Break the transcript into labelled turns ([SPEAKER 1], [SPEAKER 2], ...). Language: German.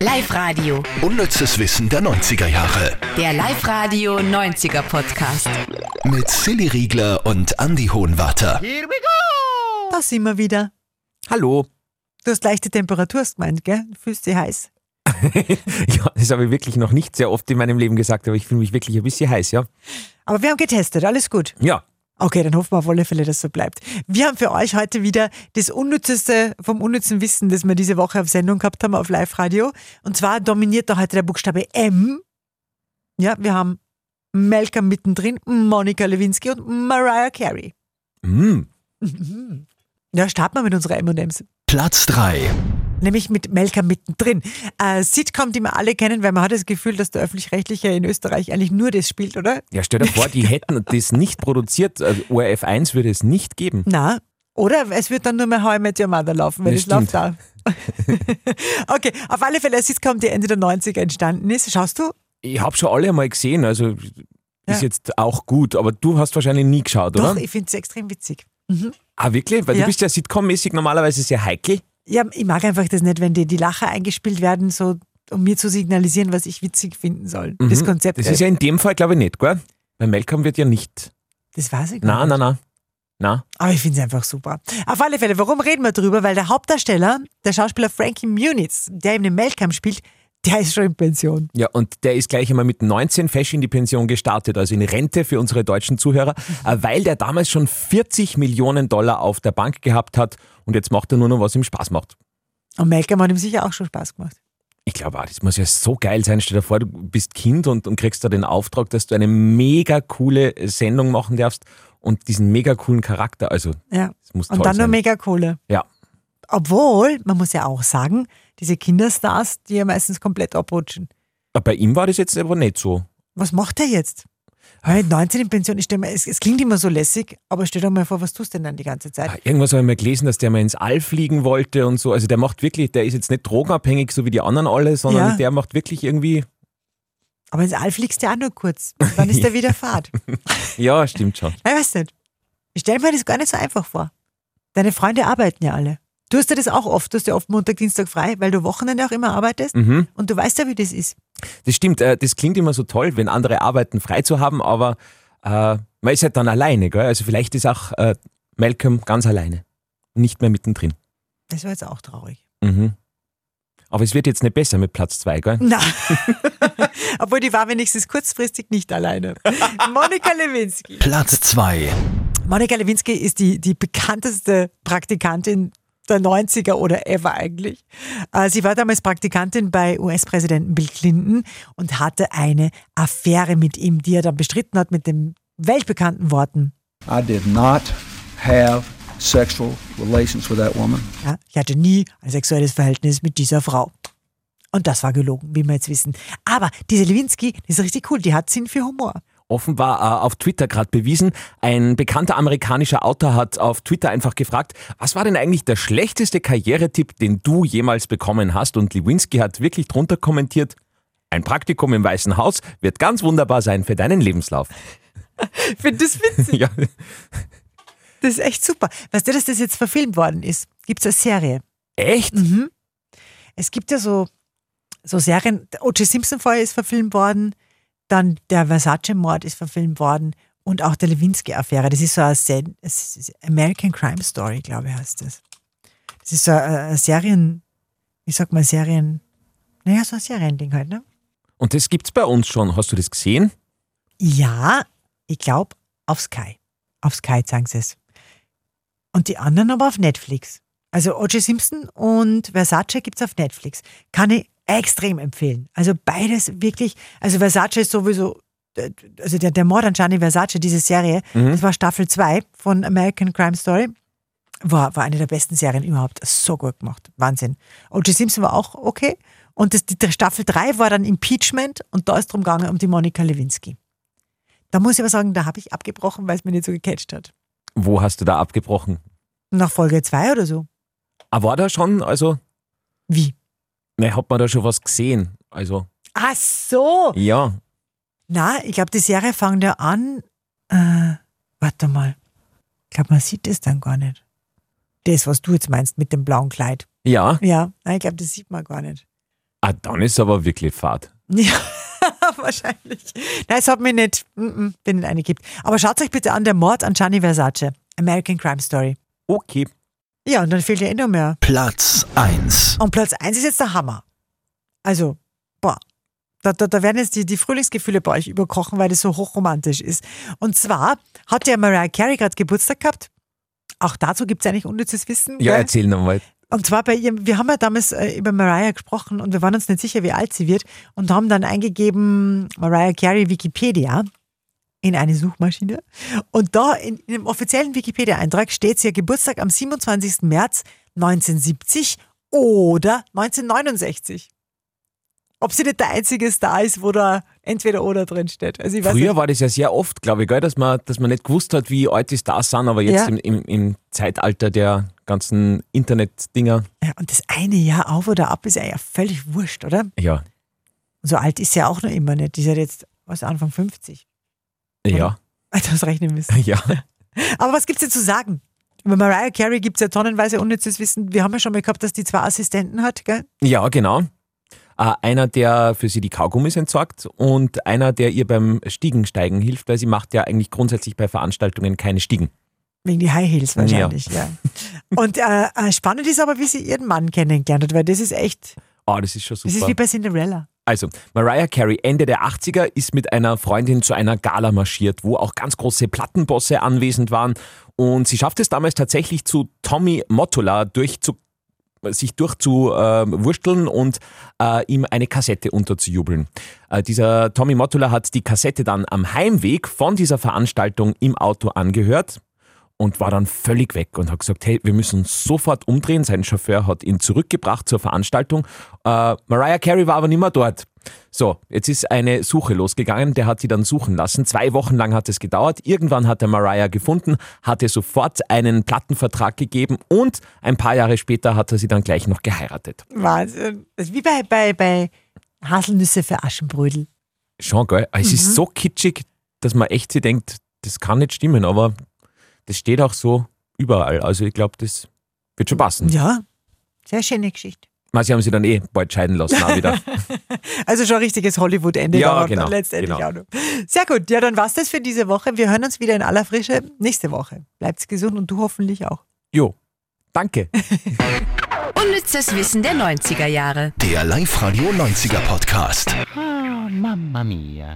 [SPEAKER 1] Live-Radio.
[SPEAKER 2] Unnützes Wissen der 90er Jahre.
[SPEAKER 1] Der Live-Radio 90er Podcast.
[SPEAKER 2] Mit Silly Riegler und Andy Hohenwarter.
[SPEAKER 3] Da sind wir wieder.
[SPEAKER 4] Hallo.
[SPEAKER 3] Du hast leichte Temperatur hast gemeint, gell? Du fühlst dich heiß.
[SPEAKER 4] Ja, das habe ich wirklich noch nicht sehr oft in meinem Leben gesagt, aber ich fühle mich wirklich ein bisschen heiß, ja?
[SPEAKER 3] Aber wir haben getestet, alles gut.
[SPEAKER 4] Ja.
[SPEAKER 3] Okay, dann hoffen wir auf alle Fälle, dass es so bleibt. Wir haben für euch heute wieder das Unnützeste vom unnützen Wissen, das wir diese Woche auf Sendung gehabt haben, auf Live-Radio. Und zwar dominiert da heute der Buchstabe M. Ja, wir haben Melka mittendrin, Monika Lewinsky und Mariah Carey.
[SPEAKER 4] Mm.
[SPEAKER 3] Ja, starten wir mit unserer M&Ms.
[SPEAKER 2] Platz 3.
[SPEAKER 3] nämlich mit Melka mittendrin. Äh, Sitcom, die wir alle kennen, weil man hat das Gefühl, dass der Öffentlich-Rechtliche in Österreich eigentlich nur das spielt, oder?
[SPEAKER 4] Ja, stell dir vor, die hätten das nicht produziert. Also ORF 1 würde es nicht geben.
[SPEAKER 3] Na, oder es wird dann nur mehr How I Met Your Mother laufen, weil
[SPEAKER 4] Das
[SPEAKER 3] es läuft da. okay, auf alle Fälle eine Sitcom, die Ende der 90er entstanden ist. Schaust du?
[SPEAKER 4] Ich habe schon alle mal gesehen, also ist
[SPEAKER 3] Ja.
[SPEAKER 4] jetzt auch gut, aber du hast wahrscheinlich nie geschaut,
[SPEAKER 3] Doch,
[SPEAKER 4] oder?
[SPEAKER 3] ich finde es extrem witzig.
[SPEAKER 4] ah, wirklich? Weil
[SPEAKER 3] Ja.
[SPEAKER 4] du bist ja sitcom-mäßig normalerweise sehr heikel.
[SPEAKER 3] Ja, ich mag einfach das nicht, wenn die, die Lacher eingespielt werden, so um mir zu signalisieren, was ich witzig finden soll. Das
[SPEAKER 4] Mhm.
[SPEAKER 3] Konzept. äh,
[SPEAKER 4] Das ist ja in dem Fall, glaube ich, nicht, gell? Bei Malcolm wird ja nicht.
[SPEAKER 3] das weiß ich gar
[SPEAKER 4] Na,
[SPEAKER 3] nicht.
[SPEAKER 4] na, na. Na.
[SPEAKER 3] Aber ich finde es einfach super. Auf alle Fälle, warum reden wir drüber? Weil der Hauptdarsteller, der Schauspieler Frankie Muniz, der eben den Melkheim spielt, der ist schon in Pension.
[SPEAKER 4] Ja, und der ist gleich einmal mit 19 fesch in die Pension gestartet, also in Rente für unsere deutschen Zuhörer, äh, weil der damals schon 40 Millionen Dollar auf der Bank gehabt hat und jetzt macht er nur noch, was ihm Spaß macht.
[SPEAKER 3] Und Melkheim hat ihm sicher auch schon Spaß gemacht.
[SPEAKER 4] Ich glaube auch, das muss ja so geil sein. Stell dir vor, du bist Kind und, und kriegst da den Auftrag, dass du eine mega coole Sendung machen darfst und diesen mega coolen Charakter. Also,
[SPEAKER 3] Ja.
[SPEAKER 4] das muss toll
[SPEAKER 3] Und dann nur
[SPEAKER 4] sein.
[SPEAKER 3] mega Kohle.
[SPEAKER 4] Ja.
[SPEAKER 3] Obwohl, man muss ja auch sagen, diese Kinderstars, die ja meistens komplett abrutschen.
[SPEAKER 4] Aber Bei ihm war das jetzt aber nicht so.
[SPEAKER 3] Was macht er jetzt? Weil mit 19 in Pension, ich stell mir, es, es klingt immer so lässig, aber stell dir mal vor, was tust du denn dann die ganze Zeit?
[SPEAKER 4] Ah, Irgendwas habe ich mal gelesen, dass der mal ins All fliegen wollte und so. Also der macht wirklich, der ist jetzt nicht drogenabhängig, so wie die anderen alle, sondern
[SPEAKER 3] Ja.
[SPEAKER 4] der macht wirklich irgendwie.
[SPEAKER 3] Aber ins All fliegst du ja auch nur kurz. Dann ist er wieder Fahrt.
[SPEAKER 4] Ja, stimmt schon.
[SPEAKER 3] Ich weiß nicht. Ich stelle mir das gar nicht so einfach vor. Deine Freunde arbeiten ja alle. Du hast ja das auch oft, du hast ja oft Montag, Dienstag frei, weil du Wochenende auch immer arbeitest
[SPEAKER 4] Mhm.
[SPEAKER 3] und du weißt ja, wie das ist.
[SPEAKER 4] Das stimmt, äh, das klingt immer so toll, wenn andere arbeiten, frei zu haben, aber äh, man ist halt dann alleine, gell? Also vielleicht ist auch äh, Malcolm ganz alleine. Nicht mehr mittendrin.
[SPEAKER 3] Das war jetzt auch traurig.
[SPEAKER 4] Mhm. Aber es wird jetzt nicht besser mit Platz 2, gell?
[SPEAKER 3] Na, obwohl die war wenigstens kurzfristig nicht alleine. Monika Lewinsky.
[SPEAKER 2] Platz 2.
[SPEAKER 3] Monika Lewinsky ist die, die bekannteste Praktikantin der 90er oder ever eigentlich. Äh, Sie war damals Praktikantin bei US-Präsidenten Bill Clinton und hatte eine Affäre mit ihm, die er dann bestritten hat mit den weltbekannten Worten.
[SPEAKER 5] I did not have sexual relations with that woman.
[SPEAKER 3] Ja, ich hatte nie ein sexuelles Verhältnis mit dieser Frau. Und das war gelogen, wie wir jetzt wissen. Aber diese Lewinsky, die ist richtig cool, die hat Sinn für Humor.
[SPEAKER 4] Offenbar äh, auf Twitter gerade bewiesen. Ein bekannter amerikanischer Autor hat auf Twitter einfach gefragt, was war denn eigentlich der schlechteste Karrieretipp, den du jemals bekommen hast? Und Lewinsky hat wirklich drunter kommentiert, ein Praktikum im Weißen Haus wird ganz wunderbar sein für deinen Lebenslauf.
[SPEAKER 3] Ich finde das witzig,
[SPEAKER 4] ja.
[SPEAKER 3] das ist echt super. Weißt du, dass das jetzt verfilmt worden ist? Gibt es eine Serie?
[SPEAKER 4] Echt?
[SPEAKER 3] Mhm. Es gibt ja so, so Serien, der O.J. Simpson vorher ist verfilmt worden, dann der Versace-Mord ist verfilmt worden und auch der Lewinsky-Affäre. Das ist so eine Se es ist American Crime Story, glaube ich, heißt das. Das ist so eine, eine Serien, ich sag mal Serien, naja, so ein Seriending halt, ne?
[SPEAKER 4] Und das gibt's bei uns schon. Hast du das gesehen?
[SPEAKER 3] Ja, ich glaube auf Sky. Auf Sky sagen sie es. Und die anderen aber auf Netflix. Also O.J. Simpson und Versace gibt's auf Netflix. Kann ich extrem empfehlen. Also beides wirklich, also Versace ist sowieso, äh, also der, der Mord an Gianni Versace, diese Serie, das war Staffel 2 von American Crime Story. War, war eine der besten Serien überhaupt. So gut gemacht. Wahnsinn. O.J. Simpson war auch okay. Und das, die Staffel 3 war dann Impeachment und da ist drum gegangen um die Monika Lewinsky. Da muss ich aber sagen, da habe ich abgebrochen, weil es mir nicht so gecatcht hat.
[SPEAKER 4] Wo hast du da abgebrochen?
[SPEAKER 3] Nach Folge 2 oder so.
[SPEAKER 4] Ah, war da schon, also,
[SPEAKER 3] Wie?
[SPEAKER 4] ne, hat man da schon was gesehen? Also,
[SPEAKER 3] Ach so.
[SPEAKER 4] ja.
[SPEAKER 3] Na, ich glaube, die Serie fängt ja an. Äh, warte mal. Ich glaube, man sieht das dann gar nicht. Das, was du jetzt meinst mit dem blauen Kleid.
[SPEAKER 4] Ja,
[SPEAKER 3] Ja, nein, ich glaube, das sieht man gar nicht.
[SPEAKER 4] Ah, dann ist aber wirklich Fahrt.
[SPEAKER 3] Ja, wahrscheinlich. Nein, es hat mir nicht, mm -mm, bin nicht eingegibt. Aber schaut euch bitte an, der Mord an Gianni Versace. American Crime Story.
[SPEAKER 4] Okay.
[SPEAKER 3] Ja, und dann fehlt ja eh noch mehr.
[SPEAKER 2] Platz 1.
[SPEAKER 3] Und Platz 1 ist jetzt der Hammer. Also, boah, da, da, da werden jetzt die, die Frühlingsgefühle bei euch überkochen, weil das so hochromantisch ist. Und zwar hat ja Mariah Carey gerade Geburtstag gehabt. Auch dazu gibt es eigentlich unnützes Wissen.
[SPEAKER 4] Ja,
[SPEAKER 3] gell?
[SPEAKER 4] erzähl nochmal.
[SPEAKER 3] Und zwar bei ihr, wir haben ja damals äh, über Mariah gesprochen und wir waren uns nicht sicher, wie alt sie wird und haben dann eingegeben Mariah Carey Wikipedia in eine Suchmaschine. Und da in, in dem offiziellen Wikipedia-Eintrag steht ihr Geburtstag am 27. März 1970 oder 1969. Ob sie nicht der einzige Star ist, wo da entweder oder drin steht. Also ich weiß
[SPEAKER 4] Früher war das ja sehr oft, glaube ich, gell, dass, man, dass man nicht gewusst hat, wie alt die Stars sind, aber
[SPEAKER 3] Ja.
[SPEAKER 4] jetzt im, im, im Zeitalter der ganzen Internet-Dinger,
[SPEAKER 3] nicht. Ja, Und das eine Jahr auf oder ab ist ja, ja völlig wurscht, oder?
[SPEAKER 4] ja,
[SPEAKER 3] So alt ist sie ja auch noch immer nicht. Die ist ja jetzt was Anfang 50.
[SPEAKER 4] ja,
[SPEAKER 3] Also das rechnen müssen.
[SPEAKER 4] ja.
[SPEAKER 3] Aber was gibt's denn zu sagen? Über Mariah Carey gibt's ja tonnenweise unnützes Wissen. Wir haben ja schon mal gehabt, dass die zwei Assistenten hat, gell?
[SPEAKER 4] Ja, genau. Äh, einer, der für sie die Kaugummis entsorgt und einer, der ihr beim Stiegensteigen hilft, weil sie macht ja eigentlich grundsätzlich bei Veranstaltungen keine Stiegen.
[SPEAKER 3] Wegen die High Heels wahrscheinlich, ja. Und äh, äh, spannend ist aber, wie sie ihren Mann kennengelernt hat, weil das ist echt,
[SPEAKER 4] Oh, das ist schon super.
[SPEAKER 3] das ist wie bei Cinderella.
[SPEAKER 4] Also, Mariah Carey Ende der 80er ist mit einer Freundin zu einer Gala marschiert, wo auch ganz große Plattenbosse anwesend waren. Und sie schafft es damals tatsächlich zu Tommy Mottola durch zu, sich durchzuwursteln und äh, ihm eine Kassette unterzujubeln. Äh, dieser Tommy Mottola hat die Kassette dann am Heimweg von dieser Veranstaltung im Auto angehört und war dann völlig weg und hat gesagt, hey, wir müssen uns sofort umdrehen. Sein Chauffeur hat ihn zurückgebracht zur Veranstaltung. Äh, Mariah Carey war aber nicht mehr dort. So, jetzt ist eine Suche losgegangen, der hat sie dann suchen lassen. Zwei Wochen lang hat es gedauert. Irgendwann hat er Mariah gefunden, hat ihr sofort einen Plattenvertrag gegeben und ein paar Jahre später hat er sie dann gleich noch geheiratet.
[SPEAKER 3] Wahnsinn. Das ist wie bei, bei, bei Haselnüsse für Aschenbrödel.
[SPEAKER 4] Schon geil. Es ist so kitschig, dass man echt sie denkt, das kann nicht stimmen, aber das steht auch so überall. Also ich glaube, das wird schon passen.
[SPEAKER 3] Ja, sehr schöne Geschichte.
[SPEAKER 4] Na, Sie haben sie dann eh bald scheiden lassen, auch wieder.
[SPEAKER 3] Also schon ein richtiges Hollywood-Ende.
[SPEAKER 4] Ja,
[SPEAKER 3] aber
[SPEAKER 4] genau,
[SPEAKER 3] Letztendlich
[SPEAKER 4] genau.
[SPEAKER 3] auch noch. Sehr gut. Ja, dann war's das für diese Woche. Wir hören uns wieder in aller Frische nächste Woche. Bleibt's gesund und du hoffentlich auch.
[SPEAKER 4] Jo, danke.
[SPEAKER 1] Unnützes Wissen der 90er Jahre.
[SPEAKER 2] Der Live-Radio 90er Podcast.
[SPEAKER 6] Ah, mamma mia.